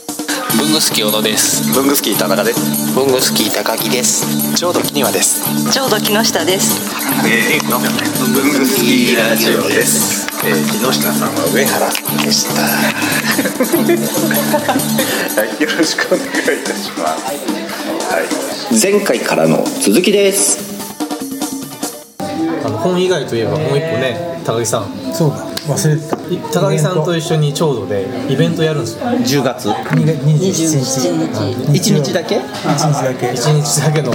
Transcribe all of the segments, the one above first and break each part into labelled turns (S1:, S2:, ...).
S1: 文具好き小野です
S2: 文具スキー田中です
S1: 文具好き高木です
S2: ちょうど木庭です
S3: ちょうど木下です。
S2: 文具スキーラジオです、えー、木下さんは上原さんでした はい、よろしくお願いいたしますはい、
S4: 前回からの続きです
S5: あの本以外といえばもう一個ね高木さん
S6: そうか忘れてた
S5: い高木さんと一緒にちょうどでイベントやるんですよ1
S4: 10月
S6: 2月27
S4: 1
S6: 日一
S4: 日だけ
S6: 1日だけ
S5: 日だけの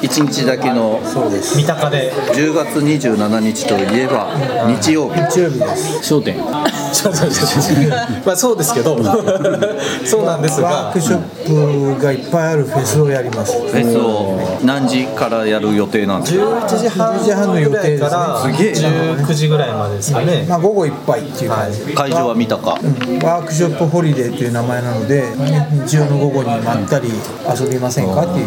S4: 1日だけのそうで
S5: 三鷹で
S4: 10月27日といえば日曜日
S6: 日曜日です
S4: 商店
S5: そうそうそうそうまあそうですけどそうなんです
S6: ワー
S5: が
S6: クショップがいっぱいあるフェスをやります
S4: フェスを何時からやる予定なんですか
S5: 11時半
S6: 11時半の予
S5: ぐら
S6: 定
S5: い
S6: ですね
S5: から
S4: すげえな
S5: 19時ぐらいまでですかね
S6: まあ午後いっぱいっていう感じ
S4: 会場は見たか
S6: ワークショップホリデーという名前なので日曜の午後にまったり遊びませんかっていう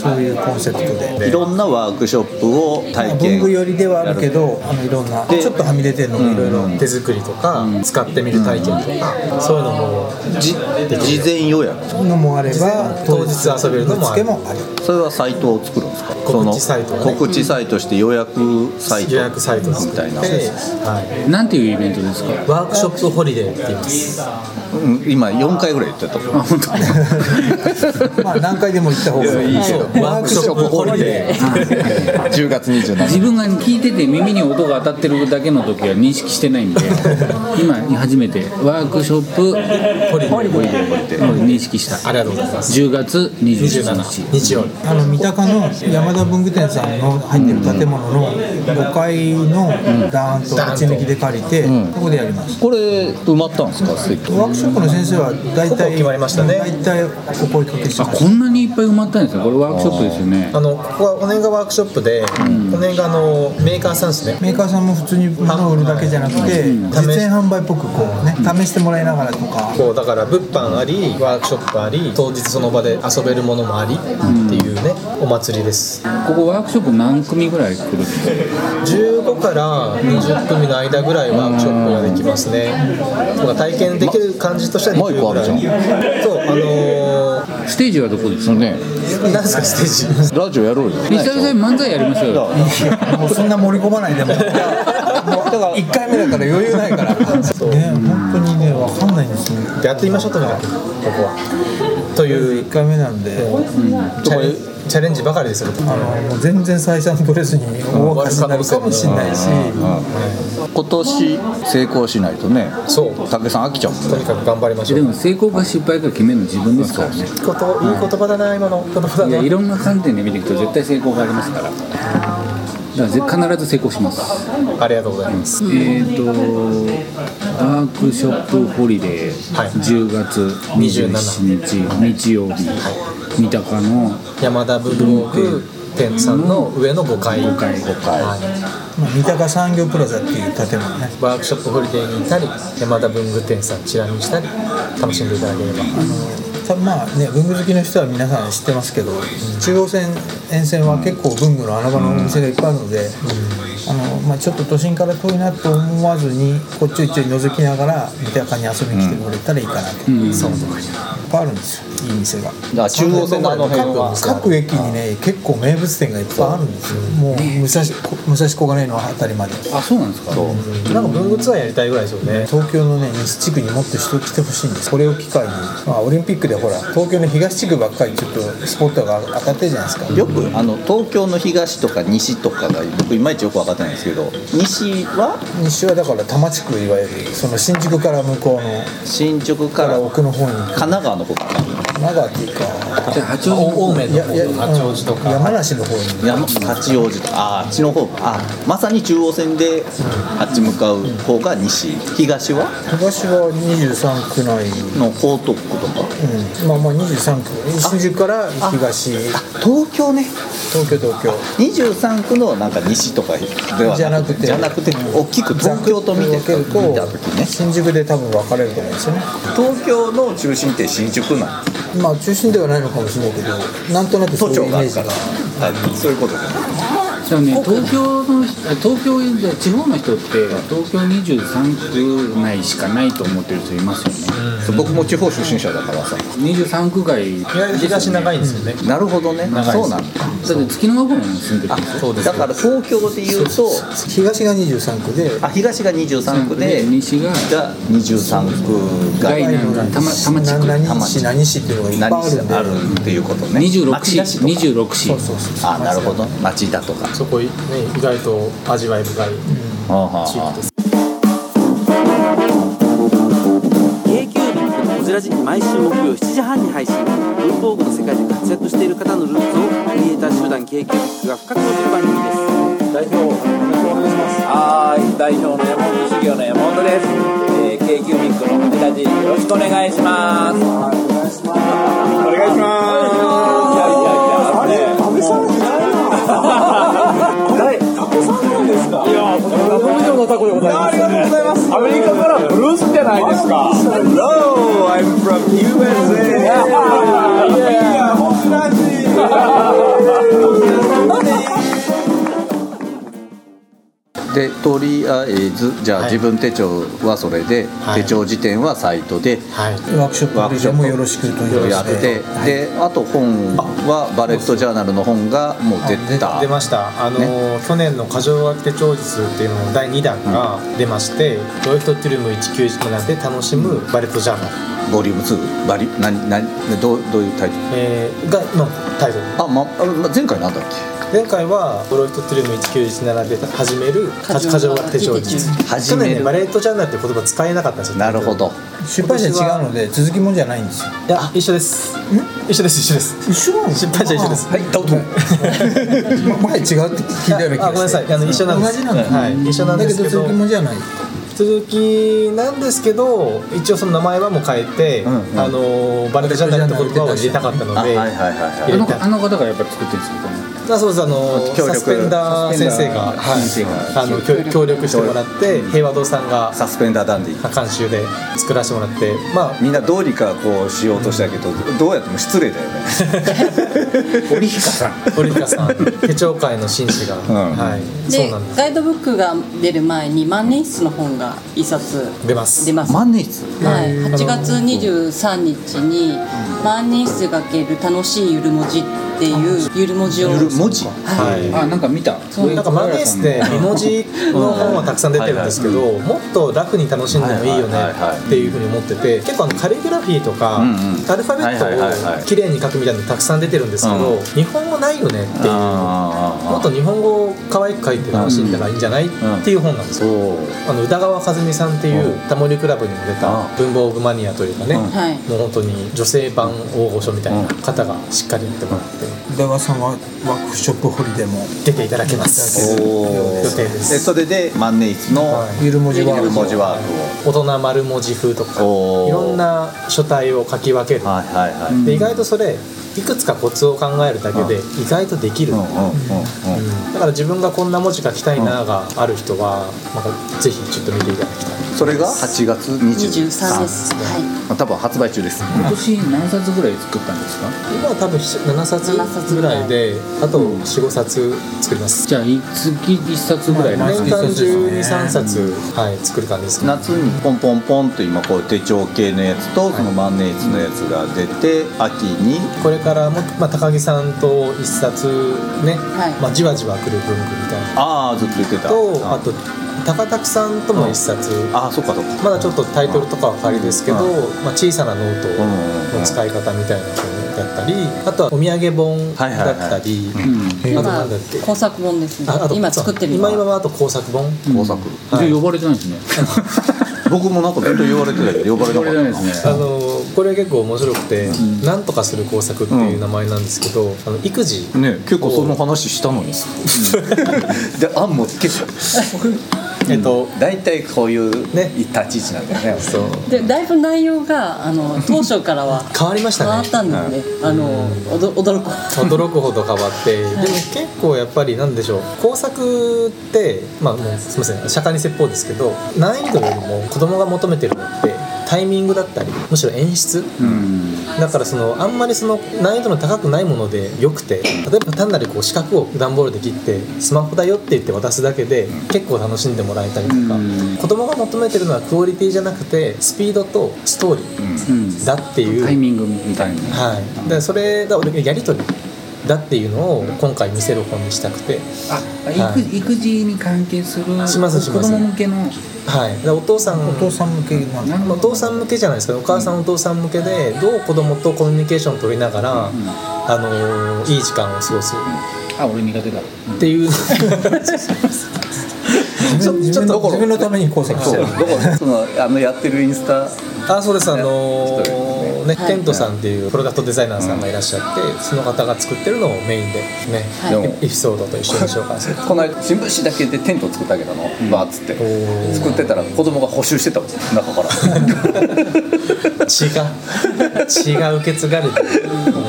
S6: そういうコンセプトで
S4: いろんなワークショップを体
S6: 文
S4: 験
S6: 具寄りではあるけどあのいろんな
S4: で
S6: ちょっとはみ出てるのもいろいろ
S5: 手作りとか使ってみる体験とかそういうのも
S4: じ事前予約
S6: のもあれば
S5: 当日遊べるのもある
S6: 当日の受付もあり
S4: それはサイトを作るんですか
S5: 告知サイト
S4: そ
S5: ね
S4: の告知サイトして予約サイト
S5: 予約サイト作
S4: み
S5: ったて
S4: いな、
S5: は
S7: なんていうイベントですか
S5: い、ワークショップホリデーって言います
S4: うん、今4回ぐらい言ってたと思う
S7: 本当
S6: まあ何回でも行った方がいい
S4: けど
S5: ワークショップホリデー
S4: 10月27
S7: 自分が聞いてて耳に音が当たってるだけの時は認識してないん で今初めてワークショップ
S5: ホリデー
S7: を認識した
S5: ありがとうございます
S7: 10月27
S5: 27
S7: 日
S5: 日曜日
S6: あの三鷹の山田文具店さんの入ってる建物の5階のダーンと打ち抜きで借りて、そこでやります
S4: これ埋まったんですかセット
S6: ワークショップの先生は大
S5: ほぼ
S6: 体
S5: 決まりましたね
S6: 大体お声かけし
S7: あ
S6: ま
S7: こ
S6: す
S7: んなにいっぱい埋まったんですねこれワークショップですよね
S5: あのここはお年賀ワークショップで、お年賀のメーカーさんですね
S6: メーカーさんも普通に物を売るだけじゃなくて実演販売っぽくこうね試してもらいながらとか
S5: こうだから物販ありワークショップあり当日その場で遊べるものもありっていうね、お祭りです
S7: ここワークショップ何組ぐらい来るんですか
S5: 15から20組の間ぐらいワークショップができますねとか体験できる感じとしては
S4: マイク
S5: 20ぐらい
S4: あるじ
S5: そうあのー
S7: ステージはどこですかね
S5: 何ですかステージ
S4: ラジオやろうよ
S7: 久々に漫才やりましょうよ
S6: もうそんな盛り込まない でももうだから1回目だから余裕ないからね本当にね分かんないんですよね
S5: やってみましょうともかくここはという
S6: 1回目なんで
S5: チャレンチャレンジばかりですよ
S6: あのもう全然採算取れずに大赤字になるかもしれないし
S4: 今年成功しないとね
S5: そう
S4: 武さん飽きちゃうもん
S5: とにかく頑張りましょう
S7: でも成功か失敗か決めるの自分ですからね
S5: いいこといい言葉だな今の言葉だ
S7: いや
S5: ない
S7: ろんな観点で見ていくと絶対成功がありますからだからぜ必ず成功します
S5: ありがとうございます
S7: えー、とワークショップホリデー、
S5: はい
S7: 10月27日日曜日、三鷹の
S5: 山田文房具店さんの上の5階5階はい
S6: まあ三鷹産業プラザっていう建物ね
S5: ワークショップホリデーに行ったり山田文具店さんチラ見したり楽しんでいただければ
S6: たまあね文具好きの人は皆さん知ってますけど、中央線沿線は結構文具の穴場のお店がいっぱいあるので、あのまあ、ちょっと都心から遠いなと思わずにこっちを一応覗きながら三鷹に遊びに来てもらえたらいいかなと、そうとかいっぱいあるんですよいい店が
S4: だから中央線のあの辺は
S6: 各各駅にね結構名物店がいっぱいあるんですよもう武蔵小武蔵小金井の辺りまで
S7: あそうなんですか
S5: なんか文具ツアーやりたいぐらいですよね
S6: 東京のね西地区にもっと人来てほしいんですこれを機会に、まあ、オリンピックでほら東京の東地区ばっかりちょっとスポットが当たってるじゃないですか、
S4: よくあの東京の東とか西とかが僕いまいちよく分かってないんですけど西は
S6: 西はだから多摩地区いわゆるその新宿から向こうの
S4: 新宿か
S6: からら
S4: 神
S6: 奥の方に行く
S4: 奈川の方か
S6: 神奈川っていうか
S7: じゃあ八王子
S5: 青梅の
S6: やや
S5: 方と八王子と
S6: うん
S5: か
S6: 山梨の方に
S4: 山八王子とかああっちの方あまさに中央線であっち向かう方が西東は
S6: 東は23区内、
S4: の江東区とか
S6: うん、まあまあ23区新宿から東
S4: 東京ね
S6: 東京東京
S4: 23区のなんか西とかでは
S6: じゃなくて
S4: じゃなくて大きく東京と見
S6: ざ
S4: て
S6: っくり分け
S4: 見た
S6: る
S4: 時
S6: と、
S4: ね
S6: 新宿で多分分かれると思うんですよね
S4: 東京の中心って新宿なん
S6: まあ中心ではないのかもしれないけどなんとなくそう
S4: 都
S6: いう
S4: 庁
S6: イ
S4: が
S6: メー
S4: ある
S6: ジ
S4: から
S6: が
S4: あそういうことじゃない
S7: からね、東京の東京で地方の人って東京23区内しかないと思ってる人いますよね、
S4: 僕も地方出身者だからさ
S7: 23区外ですよね
S5: 東長いんですよね、
S4: なるほどねそうなんだ
S7: だって月の学校に住んでるんですよ
S4: だから東京で言うと
S6: 東が23区で
S4: あ東が23区で
S7: 西が
S4: が23区が
S7: 外南多摩多摩地区
S6: 何
S4: 摩
S6: 何
S4: 地
S6: 市
S4: 区
S6: 何市っていうのがいっぱい
S4: 何
S6: あるん
S4: し
S6: で
S4: あるっていうことね
S7: 26
S4: 町
S7: 市
S4: 田市とか
S7: 26市
S6: そうそうそう
S4: あなるほど町田とか
S5: そこね意外と味わい深い、
S4: はあはあはあ
S8: k q b のこじらじ毎週木曜7時半に配信文房具の世界で活躍している方のルーツをクリエイター集団 k q b が深く落ちる番組です
S9: 代表お願いしますはい代表の山本修行の山本です、えー、k q ミックの藤田ジよろしくお願いしますはいお願いしますお願いしますいやいやいやあれねさんじゃないな誰タコさんなんですかいやこれのタコでございますありがとうございますアメリカからブルースじゃないですか Hello I'm from USA いや僕た
S4: でとりあえずじゃあ自分手帳はそれで、
S5: はい
S4: 手帳辞典はサイトで
S5: はい
S6: ワークショップでもよろしくという
S4: やって、であと本はバレットジャーナルの本がもう出た
S5: 出ました、あのー去年の過剰書き手帳術っていうのの第2弾が出まして「ドイフトティルム1917で楽しむバレットジャーナル
S4: ボリューム2バリ何何どうどういうタイトル」
S5: えーがのタイトル
S4: あ、ま、あま前回なんだっ
S5: 前回は「ドイフトティルム1917で始める過剰書き手帳術」
S4: 始
S5: 去
S4: める
S5: 年ねバレットジャーナルって言葉使えなかったんです
S4: け
S5: よ
S4: なるほど
S6: 出版社違うので続きもんじゃないんですよ
S5: いや一緒です一緒です一緒です
S6: 一緒なの
S5: 失敗者一緒です
S6: はいどうぞ前違うって聞いたような気がして
S5: あごめんなさいあの一緒なんです
S6: 同じなんだ
S5: はい一緒なんですけど
S6: だけど続きもんじゃない
S5: 続きなんですけど一応その名前はもう変えて、
S4: んうん
S5: あのバレットジャーナルって言葉を入れたかったの
S4: あはい
S5: で
S4: はいはいは
S5: え
S4: い
S7: あのあの方がやっぱり作ってるんですよこの
S5: あそうですあの
S4: 協
S5: サ
S4: 力
S5: スペンダー先生が、はい
S4: 先生が
S5: あの協協力してもらって平和堂さんが
S4: サスペンダーダンディ
S5: 監修で作らせてもらってまあ
S4: みんなどうにかこうしようとしたけどどうやっても失礼だよね
S7: 織彦さん
S5: 織田さん手帳界の紳士が、
S4: ん
S5: はいそう
S3: で
S5: なんです
S3: ガイドブックが出る前に万年筆の本が一冊
S5: 出ます
S3: 出ます
S4: 万年筆
S3: はい、8月23日に「万人筆がける楽しいゆる文字」っていうゆる文字を
S4: ゆる文字
S5: はい
S7: あなんか見た
S3: そう
S5: なんかマネースで絵文字の本はたくさん出てるんですけど、もっと楽に楽しんでもいいよね
S4: はいはいはいはい
S5: っていうふうに思ってて結構あのカリグラフィーとか、
S4: うんうん
S5: アルファベット
S4: はいはいはいは
S5: を
S4: い
S5: 綺麗に書くみたいなのたくさん出てるんですけど、
S4: うん
S5: 日本語ないよねっていうもっと日本語を可愛く書いて楽しんだらいいんじゃない、
S4: ん
S5: っていう本なんですよ。
S4: そう
S5: あの宇田川和美さんっていう
S4: うん
S5: タモリクラブにも出た
S4: あ
S5: 文房具マニアというかね、
S4: うん
S3: はい
S5: もう本当に女性版大御所みたいな方がしっかりやってもらって
S6: 宇田川さんはワークショップホリデーも
S5: 出ていただけます
S4: おお
S5: 予定です
S4: それで万年筆の
S5: はい
S6: ゆる文字ワ
S4: ゆ
S6: ー
S4: る
S6: ク
S4: 文字ワークを
S5: 大人丸文字風とかい
S4: おー
S5: ろんな書体を書き分ける、
S4: はいはいはい、
S5: で意外とそれいくつかコツを考えるだけで意外とできる、
S4: うんうんうんうん
S5: だから自分がこんな文字書きたいながある人は、なんかぜひちょっと見ていただきたい
S4: それが8月
S3: 23
S4: 23
S3: で
S4: 日
S3: す、は
S4: 多分発売中です、
S7: 今年何冊ぐらい作ったんですか
S5: 今は多分7
S3: 7冊
S5: 冊
S3: ぐ
S5: ぐ
S3: ら
S5: ら
S3: い
S5: いであと45冊作ります、
S7: じゃあ月1冊ぐらい
S6: まあ
S5: 年
S6: 毎
S5: 間
S6: 月そうですね
S5: 123冊、はい、作る感じですね
S4: 夏にポンポンポンと今こう手帳系のやつとその万年筆のやつが出て秋に
S5: これからも、まあ、高木さんと一冊ね、
S3: はい
S5: まあ、じわじわ来る文具みたいな
S4: ああずっと言ってた
S5: と
S4: あ
S5: あと高田さんとも一冊、
S4: あーそっかそっか
S5: まだちょっとタイトルとかは仮ですけど、
S4: う
S5: まあ、小さなノートの使い方みたいなのだったりあとはお土産本
S4: はいはいは
S5: だ
S4: い
S5: ったり、
S3: い、
S5: あとなんだっけ
S3: 今工作本ですね
S5: ああと
S3: 今作ってる
S5: 今今
S3: は
S5: はあと工作本
S4: 工作、
S7: じゃあ呼ばれてないですね
S4: 僕もなんかずっと言われてたけど呼ばれ
S7: 呼ば
S4: な
S7: れ
S4: かっ
S7: てない
S4: た
S7: です
S5: あ
S7: ね
S5: のこれ結構面白くて「なんとかする工作」っていう名前なんですけど、あの育児
S4: ね結構その話したのにさ、 であんも結構えっと大体こういう
S5: ね
S4: 立ち位置なんだよね
S5: そう
S3: でだいぶ内容があの当初からは
S5: 変わりました
S3: 変
S5: ね
S3: わったんです ね、あのおど驚く
S5: 驚くほど変わって、でも結構やっぱりなんでしょう工作ってまあもうすみません釈迦に説法ですけど難易度よりも子供が求めてるのってタイミングだったりむしろ演出、だからそのあんまりその難易度の高くないものでよくて例えば単なるこう四角を段ボールで切ってスマホだよって言って渡すだけで結構楽しんでもらえたりとか、子供が求めてるのはクオリティじゃなくてスピードとストーリーだっていう、
S7: タイミングみたいな
S5: はい、でそれが俺がやり取りだっていうのを今回見せる本にしたくて、
S7: あ
S5: はい
S7: 育育児に関係する
S5: しますします
S7: 子供向けの
S5: はい、でお父さん
S6: お父さん向けなんだ
S7: なるほど
S5: お父さん向けじゃないですかお母さんお父さん向けでどう子供とコミュニケーションを取りながら、あのーいい時間を過ごす
S7: あ俺苦手だ
S5: っていう
S6: 自分
S5: ちょっと
S6: 自分の自分のために工作し
S4: そ
S6: て
S4: う
S6: る
S4: どこそのあのやってるインスタ
S5: あそうですあのーね、
S3: はい
S5: テントさんっていうプロダクトデザイナーさんがいらっしゃって、その方が作ってるのをメインでね、
S3: はい
S4: でも
S5: エピソードと一緒に紹介する
S4: この間新聞紙だけでテントを作ってあげたの、バーっつって
S5: ー
S4: 作ってたら子供が補修してたもん中から
S5: 血が血が受け継がれてる、うん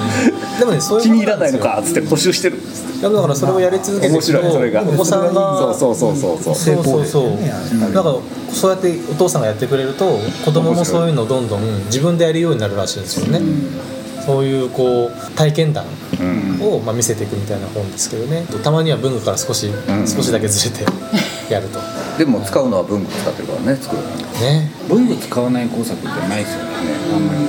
S5: でもねそういう
S4: 気に入ら
S5: もの
S4: なんい
S5: です
S4: の
S5: よ
S4: かっつって補修してるっつって
S5: だからそれをやり続けてい
S4: 面
S5: く
S4: 白いそれが
S5: とお子さんが
S4: そうそうそうそ
S5: そうそう
S4: うそう
S5: そう
S6: 成功例だよね
S5: だからそうやってお父さんがやってくれると子供もそういうのをどんどん自分でやるようになるらしいんですよね、そういうこう体験談をまあ見せていくみたいな本ですけどねたまには文具から少し少しだけずれてやると
S4: でも使うのは文具使ってるからね作るの
S5: ね
S7: 文具使わない工作ってないですよねあんまり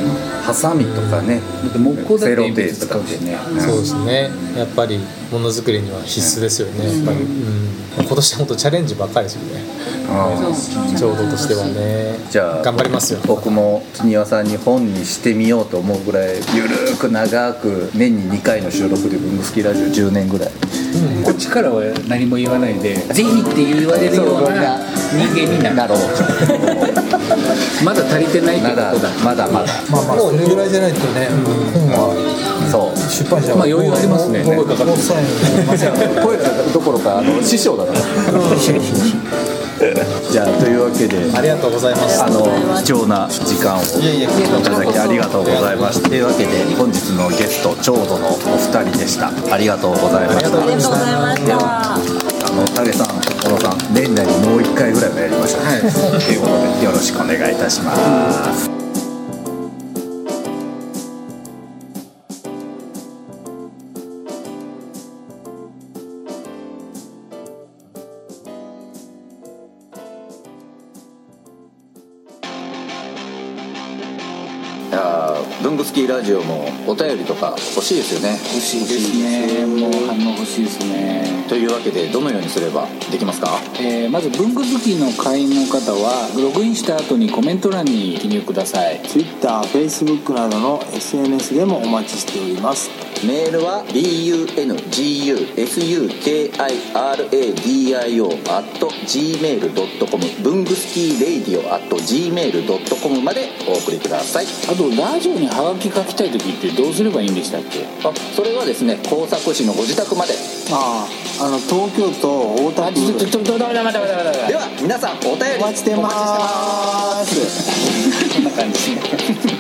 S4: ハサミとかね
S7: だって木工だっ
S4: セ
S7: て
S4: ロテ
S7: 鉛筆
S4: ープ
S7: 使
S4: と
S7: う
S4: か
S7: しね
S5: そうですねやっぱりものづくりには必須ですよねやっぱり、うん、今年は本当チャレンジばっかりですよね
S4: あ
S5: 浄土としてはね
S4: ーじゃあ
S5: 頑張りますよ
S4: 僕も庭さんに本にしてみようと思うぐらいゆるーく長く年に2回の収録で文具好きラジオ10年ぐらい
S7: こっちからは何も言わないでぜひって言われるような人間にな
S4: な
S7: ろ
S4: ろう
S7: う まだ足りてないって
S4: ま
S7: こと
S4: だ
S7: だ
S4: まだまだ
S6: まあまあそれぐらいじゃないとね本は
S4: そう
S6: 出版社は
S7: まあ余裕ありますね
S6: もうもうもうもうさえもいません
S4: 声どころかあの師匠だ からじゃあというわけで
S5: ありがとうございます
S4: あの貴重な時間を
S5: いやいや
S4: いただきありがとうございましたというわけで本日のゲスト長度のお二人でしたありがとうございま
S3: あ
S4: した
S3: りがとうございました。
S4: あの影さん小野さん年内にもう一回ぐらいはやりましょう、ということでよろしくお願いいたします
S2: いやー文具スキーラジオもお便りとか欲しいですよね
S7: 欲しいですねもう反応欲しいですね
S2: というわけでどのようにすればできますか
S7: えーまず文具好きの会員の方はログインした後にコメント欄に記入ください
S8: TwitterFacebook などの SNS でもお待ちしております
S2: メールは bungusukkiradio.gmail.com 文具スキーレイディオ at .gmail.com までお送りください
S7: あとラジオにハガキ書きたい時ってどうすればいいんでしたっけ
S2: あそれはですね工作士のご自宅まで
S8: あああの東京都大田
S7: あちょっと
S8: 区
S7: ちょっとダメダメダメダメダメ
S2: では皆さんお便り
S8: お待ちしてます
S2: お待ちしてます
S7: こんな感じ